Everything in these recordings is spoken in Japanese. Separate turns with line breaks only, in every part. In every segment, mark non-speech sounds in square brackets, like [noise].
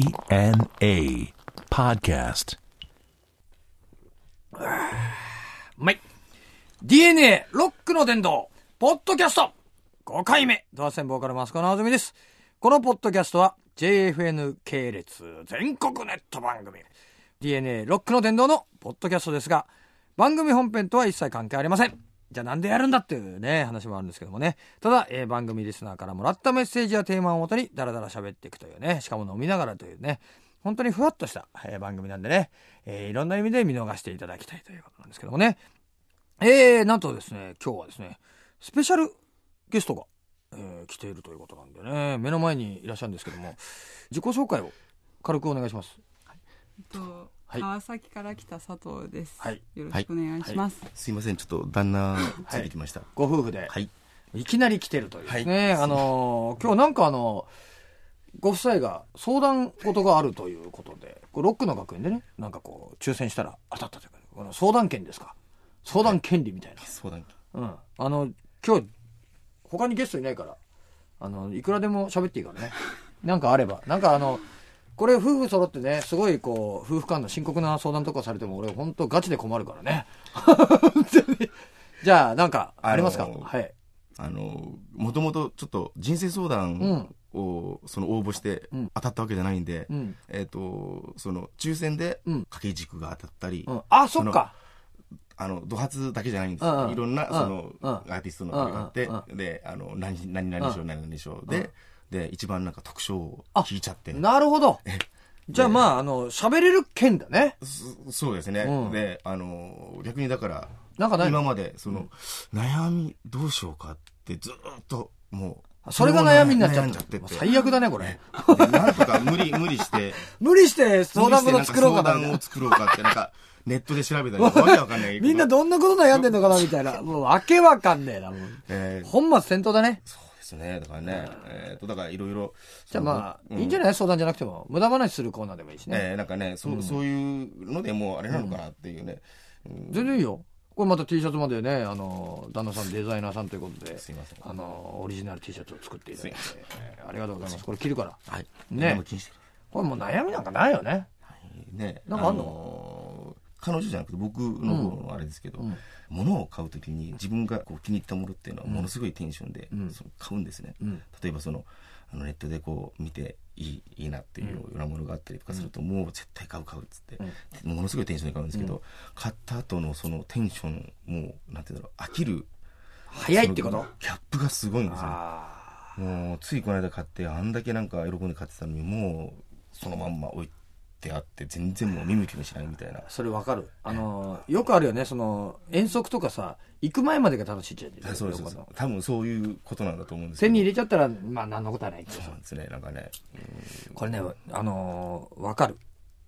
DNA Podcast.
うまい。DNA ロックの伝道、ポッドキャスト5回目ドアセンボーカルマスコのあずみです。このポッドキャストは JFN 系列全国ネット番組 DNA ロックの伝道のポッドキャストですが、番組本編とは一切関係ありません。じゃあなんでやるんだっていうね、話もあるんですけどもね。ただ、えー番組リスナーからもらったメッセージやテーマをもとにダラダラ喋っていくというね、しかも飲みながらというね、本当にふわっとした、えー番組なんでね、えーいろんな意味で見逃していただきたいということなんですけどもね。えー、なんとですね、今日はですね、スペシャルゲストが、えー来ているということなんでね、目の前にいらっしゃるんですけども、 [laughs] 自己紹介を軽くお願いします。
えっと、
はい
川崎から来た佐藤です。
はい
よろしくお願いします。
すいません、ちょっと旦那ついてきました。
ご夫婦で、
はい。
いきなり来てるというですね、
はい
あのー今日なんかあの、ご夫妻が相談事があるということで、こうロックの学園でね、なんかこう、抽選したら当たったというか、この相談権ですか。相談権利みたいな。
相談機。
うん。あの、今日、他にゲストいないから、あの、いくらでも喋っていいから
[laughs]
ね。なんかあれば。なんかあの、これ夫婦揃ってね、すごいこう、夫婦間の深刻な相談とかされても、俺本当ガチで困るからね。本当にじゃあ、なんか、ありますか、
あのー
はい。
あの、もともとちょっと人生相談を、その応募して
うん
当たったわけじゃないんで、
うん。
えっ、と、その、抽選で
うん
掛け軸が当たったり、
うん、あ、そっか。
あの、ド発だけじゃないんです、
うんうん
いろんな、
うん
その、
うん
アーティストの方があって、
うんうん
で、あの、何、何々賞、
うん
何々賞で、で、一番なんか特賞を聞いちゃって。
なるほど。じゃあまあ、あの、喋れる件だね。
そそうですね、
うん
であの逆にだから
なんかない
今までその、悩みどうしようかってずーっともう
それが悩みになっちゃ
悩
っ
んじゃって
た。
て
最悪だね、これ。
でなんとか無理無理して
無理して [laughs] 相談事作ろうかな
無理してなんか相談を作ろうかってなんかネットで調べたりわけわかんない
[laughs] みんなどんなこと悩んでんのかなみたいな。もうわけわかんねえな、もう。
えー
本末転倒だね。
そうですねだからねえー、とだからいろいろ
じゃあまあ、
うん
いいんじゃない相談じゃなくても。無駄話するコーナーでもいいしね。
えーなんかねそう,、そういうのでもうあれなのかなっていうね、うん
全然いいよ。これまた T シャツまでね、あの、旦那さんデザイナーさんということで、
すいません
あの、オリジナル T シャツを作っていただいて、えーありがとうございます。これ着るから。
はい
ね
何も気にしてない
これもう悩みなんかないよね。
ね、
なんかあんの
のー彼女じゃなくて僕の頃のあれですけど、物を買うときに自分がこう気に入ったものっていうのはものすごいテンションで、その買うんですね、例えばそのあのネットでこう見ていいいいなっていうようなものがあったりとかすると、もう絶対買う買うっつって、ものすごいテンションで買うんですけど、買った後のそのテンションもうなんていうんだろう飽きる
早いってこと
そのギャップがすごいんですよね
あ
もうついこの間買ってあんだけなんか喜んで買ってたのにもうそのまんま置いてあって全然もう見向きもしないみたいな
ーそれわかる。あの、よくあるよね、その、遠足とかさ、行く前までが楽しいじゃん。
あそうです
よく
そうで
あ
す
る
多分そういうことなんだと思うんです
手
けど
に入れちゃったら、まあ、なんのことはないけど
そうなんですねなんかね
これね、あのーわかる。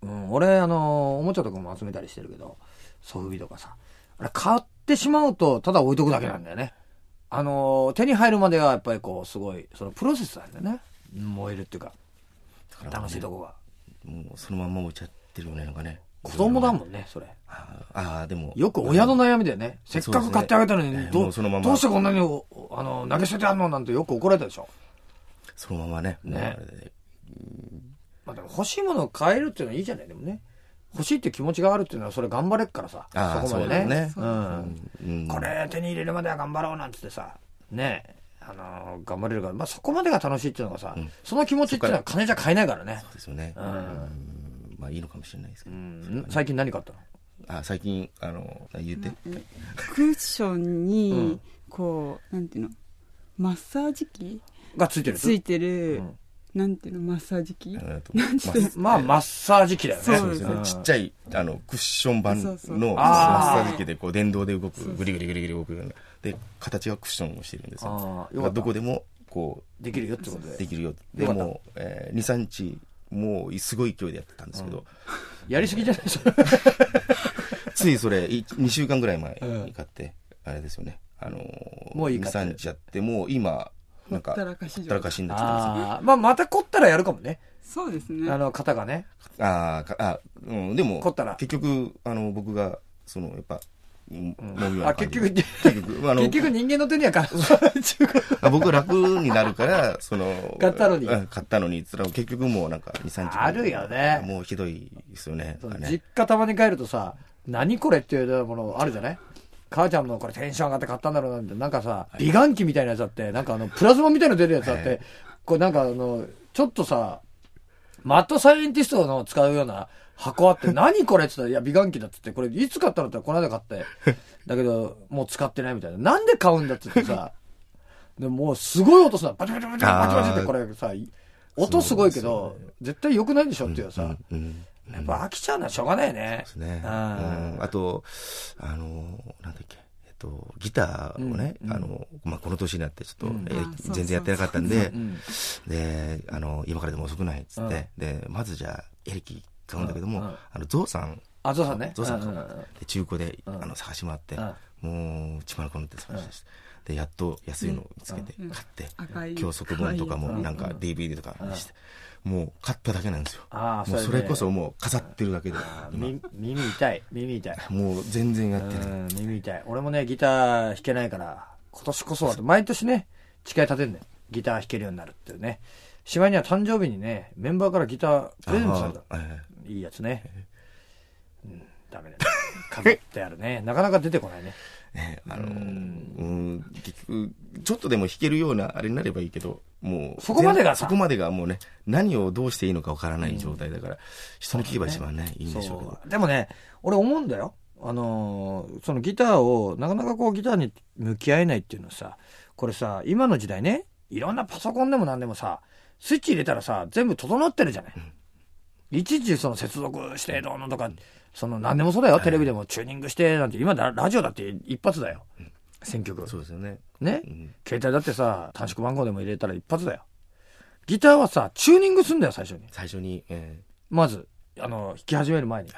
うん、俺、あのーおもちゃとかも集めたりしてるけど、ソフビとかさ。あれ、買ってしまうと、ただ置いとくだけなんだよね。あのー手に入るまでは、やっぱりこう、すごい、そのプロセスなんだよね。燃えるっていうか、
から
楽しいとこが。
もうそのまんま置いちゃってるよねなんかね
子供だもんね、それ。
あーあーでも
よく親の悩みだよね。せっかく買ってあげたの
そうです
に、
ね
ど
もうそのまま
どうしてこんなにお、あの、投げ捨ててあんのなんてよく怒られたでしょ。
そのままね
ね
もうあれで
まあでも欲しいものを買えるっていうのはいいじゃない、でもね。欲しいって気持ちがあるっていうのは、それ頑張れっからさ。
あー
そこまで
そうだ
ね
ね。
うん。
うん
これ手に入れるまでは頑張ろうなんつってさねえあのー頑張れるから、まあ、そこまでが楽しいっていうのがさ、その気持ちっていうのは金じゃ買えないからね
ですよねうんんまあいいのかもしれないですけど
うん最近何買ったの
あ最近あの言って
クッションに、こう、なんていうの、マッサージ機
がついてるやつ
ついてる、
うん
なんていうの、マッサージ機、
えーと
まあマッサージ機だよね
そうですね
ん
ちっちゃいあのクッション板
そうそう
のマ
あー
ッサージ機でこう電動で動くグリグリグリグリ動くようなで形がクッションをしてるんです
あーよか
よ
った
だからどこでもこ
できるよってこと
う
で
できるよ
よ
で
かった
もう、えー、23日もうすごい勢いでやってたんですけど、
やりすぎじゃないです
ついそれ2週間ぐらい前に買って、あれですよねあのー、
もういいかって
23日やってもう今なんか
ほったらかし状態
ほったらかしになっちゃったんですよ
あーまあまた凝ったらやるかもね
そうですね。
あの肩がね
あーかあ、うん、でも
凝ったら
結局あの僕がそのやっぱうんもうよう
あ
な感
結局、
じで
[laughs] 結
結局あの
局人間の手には
[laughs]
かなわないっていうか
あ僕楽になるから、その、
買ったのに
うん買ったのに、つら結局もうなんか2、3日。
あるよね
もうひどいですよね。あれ
実家たまに帰るとさ、何これっていうようなものあるじゃない母ちゃんもこれテンション上がって買ったんだろうなみたいな。なんかさ、美顔器みたいなやつあって、なんかあの、プラズマみたいなの出るやつあって、これなんかあの、ちょっとさ、マッドサイエンティストの使うような箱あって、何これって言ったら、いや、美顔器だって言って、これいつ買ったのって言ったら、この間買って、だけど、もう使ってないみたいな。なんで買うんだって言ってさ、でもうすごい音するのバチバチバチバチバチってこれさ、音すごいけど、絶対良くないでしょっていうさ、
うん。
やっぱ飽きちゃうのはしょうがないよね。
ですね。う
あ
んあと、あの、なんだっけ。えっと、ギターをね、あの、まあ、この年になってちょっと、え
あそう
全然やってなかったんで
ー、うん。
で、あの、今からでも遅くないっつって、で、まずじゃあ、エレキ買うんだけども、
うんうん
あの、ゾウさん、
あ、ゾウさんね。
ゾウさ
う
んか
んうんうん
で中古で、
ん
あの探し回って、
うん
もう血まるこになって探して、でやっと安いのを見つけて買って、
うん赤い
教則本とかもなんか DVD とかにして、もう買っただけなんですよ
あー
もう
そ
そ
れね
れこそもう飾ってるだけで今
み耳痛い。耳痛い。
もう全然やってない、
うん、耳痛い。俺もね、ギター弾けないから、今年こそはって、毎年ね、誓い立てんねギター弾けるようになるっていうね。しまいには誕生日にね、メンバーからギタープレゼントされた。
あーえ
いいやつね。うん、ダメだね。飾ってあるね。なかなか出てこないね。
えねあのうん結局ちょっとでも弾けるようなあれになればいいけどもう
そこまでがさ
そこまでがもうね何をどうしていいのかわからない状態だから、人に聞けば一番ねいいんでしょうけど
そうでもね俺思うんだよあのーそのギターをなかなかこうギターに向き合えないっていうのはさこれさ今の時代ねいろんなパソコンでも何でもさスイッチ入れたらさ全部整ってるじゃない、いちいちその接続してどうのとか、その何でもそうだよテレビでもチューニングしてなんて今だラジオだって一発だよ選曲
そうですよね
ね、
ん
携帯だってさ短縮番号でも入れたら一発だよギターはさチューニングすんだよ最初に
最初に、えー
まず、あの、弾き始める前に。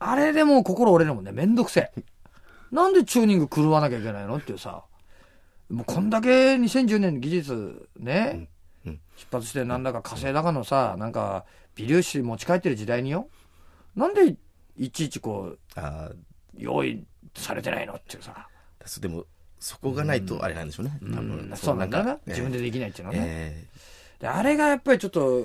あれでもう心折れるもんね。めんどくせえ。なんでチューニング狂わなきゃいけないのっていうさ。もうこんだけ2010年の技術ね、
うんうん
出発してなんだか火星だかのさ、なんか微粒子持ち帰ってる時代によ。なんでいちいちこう、
あー
用意されてないのっていうさ。
そでもそこがないとあれなんでしょうね、多分
そうなんだよな。
えー
自分でできないっていうのはね。
え
であれがやっぱりちょっと、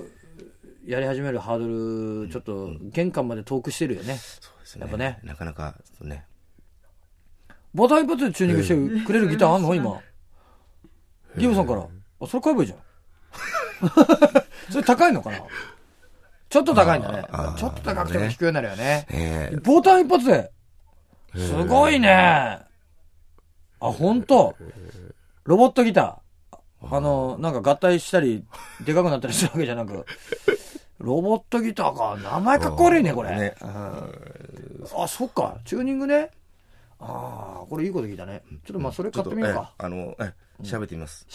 やり始めるハードル、ちょっと玄関まで遠くしてるよね。
ーそうですね
やっぱね
なかなかちょっとね
バター一発でチューニングしてくれるギターあんの今。ギブさんから。あ、それ買えばいいじゃん。 [laughs] それ高いのかなちょっと高いんだね
あ。ー
ちょっと高くても弾くようになるよね。
えー
ボタン一発で。すごいね。あ、ほんと。ロボットギター。あの、なんか合体した
[laughs]
り、でかくなったりするわけじゃなく。ロボットギターか。名前かっこ悪いね、これ。
ね
あ、そっか。チューニングね。ああ、これいいこと聞いたね。ちょっとまあ、それ買ってみようか。
えーあのえー喋ってみます、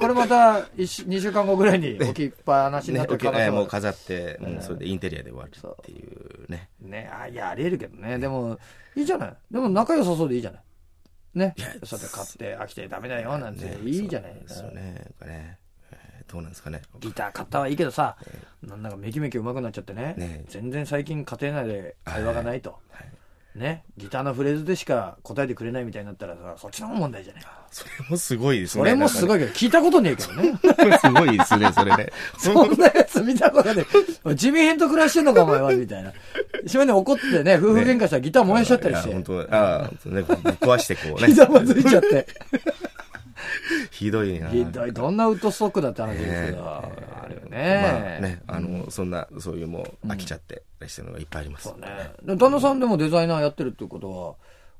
これまた1週、2週間後ぐらい [laughs] に置きっぱなしに
ね
なって
お
る可能
け
性
えー
もあ
もう
る
飾って、うんそれでインテリアで終わるっていうね
ね、あ、いや、あり得るけどね。でも、いいじゃない。でも、仲良さそうでいいじゃない。ね。そうやって買って飽きてダメだよ、なんて。いいじゃない
そうですよねなんかね、えーどうなんですかね
ギター買ったはいいけどさ、なんだかめきめき上手くなっちゃってね
ね
全然最近家庭内で会話がないと、ね、ギターのフレーズでしか答えてくれないみたいになったらさ、そっちの方が問題じゃない。
それもすごいですね
それもすご
[laughs] い
いけど、聞いたことねえけどね。
すごいですねそれね
[laughs] そんなやつ見たことねえ。地味編と暮らしてんのか、お前は、みたいな。しまいに怒ってね、夫婦喧嘩したらギター燃やしちゃったりし
いや
て。
本当ああーそうねぶっ壊して
[laughs]
こう
ひ
ね
ざまずいちゃって。
[laughs] ひどいな
ひどい。どんなウッドストックだって話ですけど。あるよ
まあ
ね。
ね、あの、そんな、そういうもう飽きちゃって、してるのがいっぱいあります。
そうね。で旦那さんでもデザイナーやってるってこと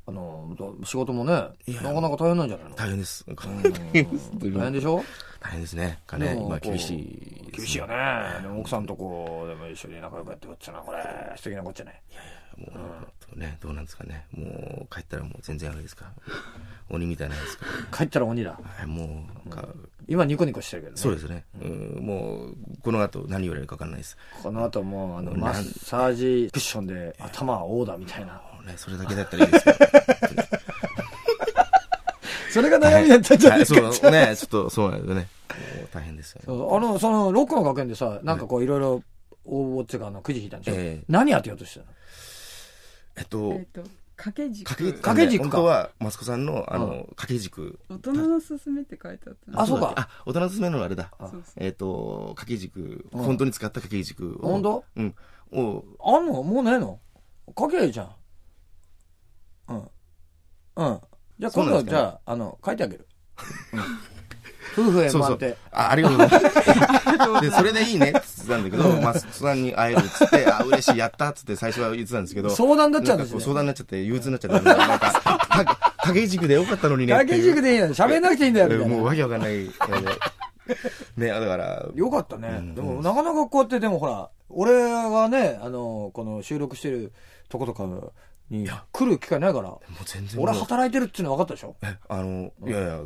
は、あの、仕事もね、なかなか大変なんじゃないの
大変です。 [laughs] 大変です。
大変でしょ
大変ですね。かね、
でも
今
こう
厳しい。
厳しいよね。でも奥さんとこう、でも一緒に仲良くやってるってのは、これ、素敵なこっちゃね。
もう、本当ね、どうなんですかね。もう、帰ったらもう全然あれですから。鬼みたいなんですから。
帰ったら鬼だ。
はい、もう、なんか、
今ニコニコしてるけどね。
そうですね。うん、もう、この後何言われるかわかんないです。
この後もうあの
なん
マッサージクッションで頭を殴打みた
[laughs]
いな。
もうね、それだけだったらい
[laughs]
いですけど。
それが悩みだったんじゃな
はいい
か。
そうね、ちょっと、そうなんですよね。もう大変ですよね。
そうあの、その、ロックの学園でさ、なんかこういろいろ応募っていうか、あの、くじ引いたんでしょ、
ええ
何当てようとしてたの
えっと
えっ、と掛け軸
掛け軸
掛け軸か
本当は益子さんのあの、掛け軸
大人のすすめって書いてあった
あそうか
だっけあ大人のすすめのあれだ
そうそう
えっ、と掛け軸、本当に使った掛け軸を
本当
うんを
あんのもうないの書けばいいじゃん。うん。うん。じゃあ
そう
今
なん
度、
ですかね
じゃあ、あの、書いてあげる。うん夫婦円
そうそ
満
う
点。。
あありがとうござ
[laughs]
います。で、それでいいねって言ってたんだけど、マスクさんに会えるっつって、あ、嬉しい、やったっつって最初は言ってたんですけど。
相談になっちゃうんで
か
す
こ
ね
う相談になっちゃって、憂鬱になっちゃって、
[laughs]
なんか、た掛け軸でよかったのにねって
掛
いう。
け軸でいいの喋んなくていいんだよ、みた
もう
いな。
わけわかんない。
[laughs]
あのね、だから、
よかった
う
ね。
ん
でも、なかなかこうやって、でもほら、俺がね、あの、この収録してるとことかに来る機会ないから、
もう全然もう
俺働いてるっていうの分かったでしょ
えあの、いやいや、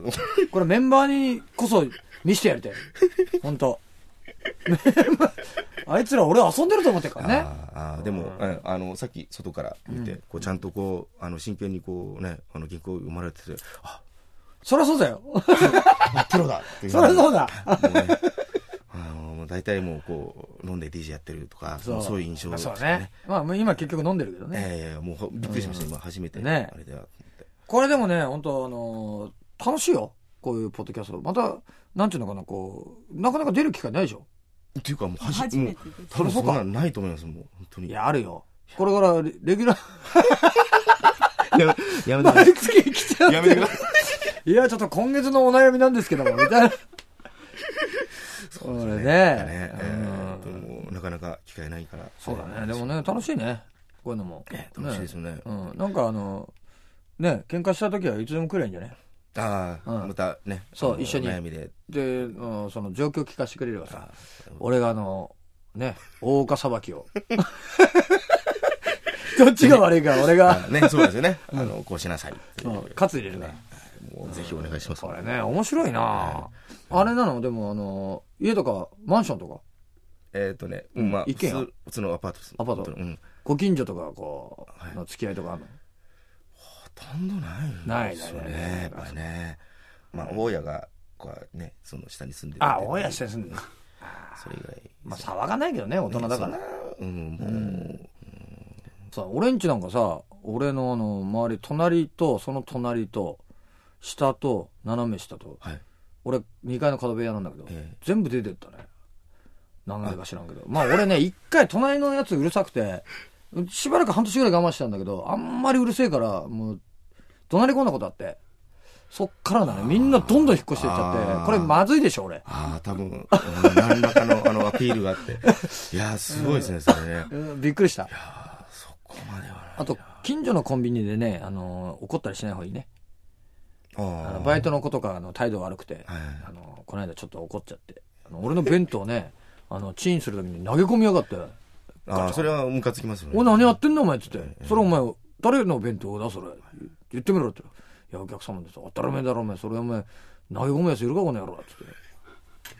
これメンバーにこそ見してやりたい。本当。 [laughs] メンバーあいつら俺遊んでると思ってるからね。
あーあーでも、うんあのさっき外から見て、こうちゃんとこうあの真剣にこうねあの原稿読ま
[laughs]
れててあ
そりゃそうだ
[laughs]
よ。
あプロだっていう
そりゃ
[laughs]
そうだ。
もうね、あのもう大体もうこう飲んで DJ やってるとかそうそういう印象
まあ
です
そ
ね
うね。まあもう今結局飲んでるけどね。
ええいやいやもうほびっくりしました、今初めて
ね
あれだと思って
これでもね、本当あのー楽しいよ。こういうポッドキャスト。また、なんていうのかな、こう、なかなか出る機会ないでしょ。
っていうかもう
初めて
も
で
う
す
多分そんなのないと思いますもう本当に
いや、あるよ。これからレ、レギュラー、
[laughs] やめやめてくださ
[laughs] 毎月来ちゃう
いやめてください
いや、ちょっと今月のお悩みなんですけども、みたいな。 [laughs] それね。
ねえ
うん
え本当にもうなかなか機会ないから
そうだね。でもね、楽しいね。こういうのも。
楽しいですよね
うん。なんかあの、ね、喧嘩した時はいつでも来りゃいいんじゃない
ああ、
うん
またね
そう
あの
一緒に
悩みで
で、うんその状況聞かせてくれればさ、俺があの、ね、大岡裁きを。 [laughs] どっちが悪いか、俺が、
あ
[laughs]
ねそうですよね、あのこうしなさいっていう
うん勝つ入れるね。
もうぜひお願いします
これね、面白いなあれなのでも、あの、家とか、マンションとか、
えっ、とね、うんまあ
一軒家
普通普通のアパートです
アパート
うん
ご近所とか、こ
は
う、
い
の付き合いとかあるの
ほとんどないんですよ
ないないない
ね。やっぱね。まあ、大家が、こうね、その下に住んでるんで。
あ、親して住んでる。
それ以外。
まあ、騒がないけどね、大人だから。
そんな。うん、もう、
さ、俺んちなんかさ、俺のあの、周り、隣と、その隣と、下と、斜め下と、
はい。
俺2階の角部屋なんだけど、
ええ
全部出てったね何でか知らんけどまあ俺ね一回隣のやつうるさくてしばらく半年ぐらい我慢してたんだけどあんまりうるせえからもう怒鳴り込んだことあってそっからだねみんなどんどん引っ越していっちゃっ
あ
て
ー
これまずいでしょ俺
ああ、多分、うん何らかの、あの、アピールがあって。
[laughs]
いやー、すごいですね、それね。
うんびっくりした
あーそこまではない。
あと近所のコンビニでね、あのー怒ったりしない方がいいねあ
あ
の
あ
バイトの子とかあの態度悪くて、
はい
あのこの間ちょっと怒っちゃってあの俺の弁当ねあのチンするときに投げ込みやがって
ああ、それはムカつきますよね。
お何やってんだお前っつって、それお前誰の弁当だそれ言ってみろっていやお客様です当たり前だろお前それお前投げ込むやついるかこの野郎っつって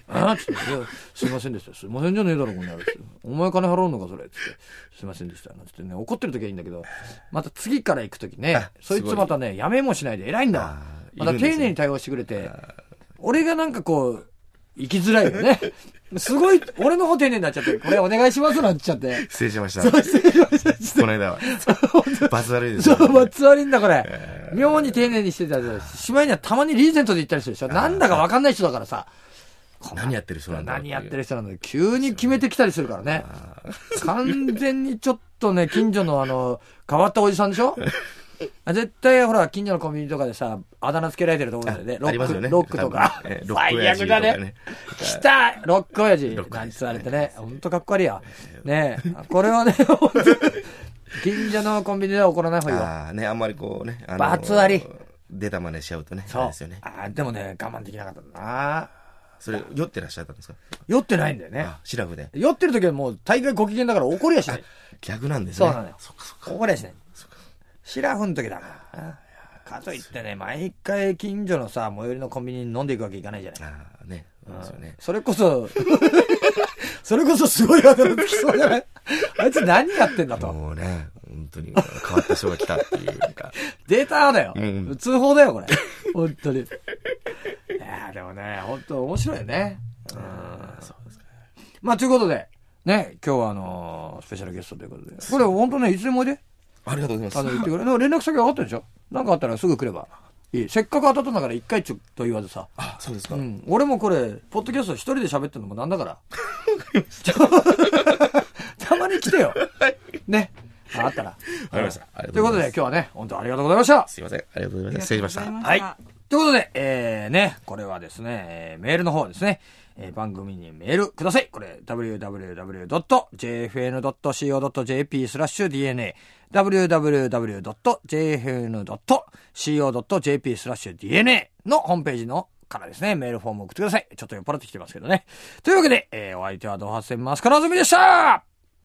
えーっつっていやすいませんでしたすいませんじゃねえだろこの野郎っつってお前金払うのかそれっつってすいませんでしたなんつってね怒ってる時はいいんだけどまた次から行く時ねそいつまたねやめもしないで偉いんだわ
あー
ま
い
た
るんですね
丁寧に対応してくれて俺がなんかこう生きづらいよねすごい俺の方丁寧になっちゃってこれお願いしますなんて言っちゃって
失礼しました。この間は。バツ悪いです
そ
ね。
う、まつわりんだ、これ。妙に丁寧にしてたじゃん。しまいにはたまにリーゼントで行ったりするでしょ。なんだかわかんない人だからさ。
何やってる人なんだろう
何やってる人なんだよ急に決めてきたりするからね。完全にちょっと
[laughs]
ね、近所のあの、変わったおじさんでしょあ絶対ほら、近所のコンビニとかでさ、あだ名つけられてるところだよね。ロ
あり
ッ
ます
ク、
よね。
ロックとか
え。ーロック
最
親
悪
父と
だ
か
ね。。来たロック親父
ロック親父
なんつわれてね。ほんとかっこ悪いや。ねえ。これはね、 [laughs] ほんと近所のコンビニでは怒らない方がいいわ。
ああ、ね、あんまりこうね。あの
バツ割り
出た真似しちゃうとね。
そ
あ
う。
れですよね。
あでもね、我慢できなかったんだな。
それ、酔ってらっしゃったんですか
酔ってないんだよね。
あ、シラフで。
酔ってる時はもう大概ご機嫌だから怒りやしない。
逆なんです
そ
ね。
うなのよ
そっかそっ。か
怒りやしない。シラフの時だからな。かといってね、毎回近所のさ、最寄りのコンビニに飲んでいくわけいかないじゃない。
ああ、ね。そうですよね。
それこそ、 [laughs] それこそすごい頭つきそうじゃないあいつ何やってんだと。
もうね、本当に変わった人が来たっていうか。
データだよ。
うん
通報だよ、これ。本当
[laughs]
に。いやーでもね、本当面白いよね。まあ、ということで、ね、今日はあのースペシャルゲストということで。これ、本当ね、いつでもおいで。
[laughs] ありがとうござ
あ
い
の、
ま
言っ
す
てくれ。でも連絡先分かってるでしょなんかあったらすぐ来れば。いい。せっかく当たったんだから一回ちょっと言わずさ。
あそうですか、
うん。俺もこれ、ポッドキャスト一人で喋ってるのもなんだ
[laughs]
から。 [laughs] たまに来てよ。ね。ああったら。
わかりましたありが
という
ご
こと
ざ
で
ます
今日はね、本当ありがとうございました。
すいませんありがとうございました失礼しました
あ
はい
りがとうございまし。
ということで、えー、ね、これはですね、えーメールの方ですね、えー番組にメールください。これ、www.jfn.co.jp スラッシュ DNA、www.jfn.co.jp スラッシュ DNA のホームページのからですね、メールフォーム送ってください。ちょっと酔っ払ってきてますけどね。というわけで、えーお相手はドハセンマスカラズミでした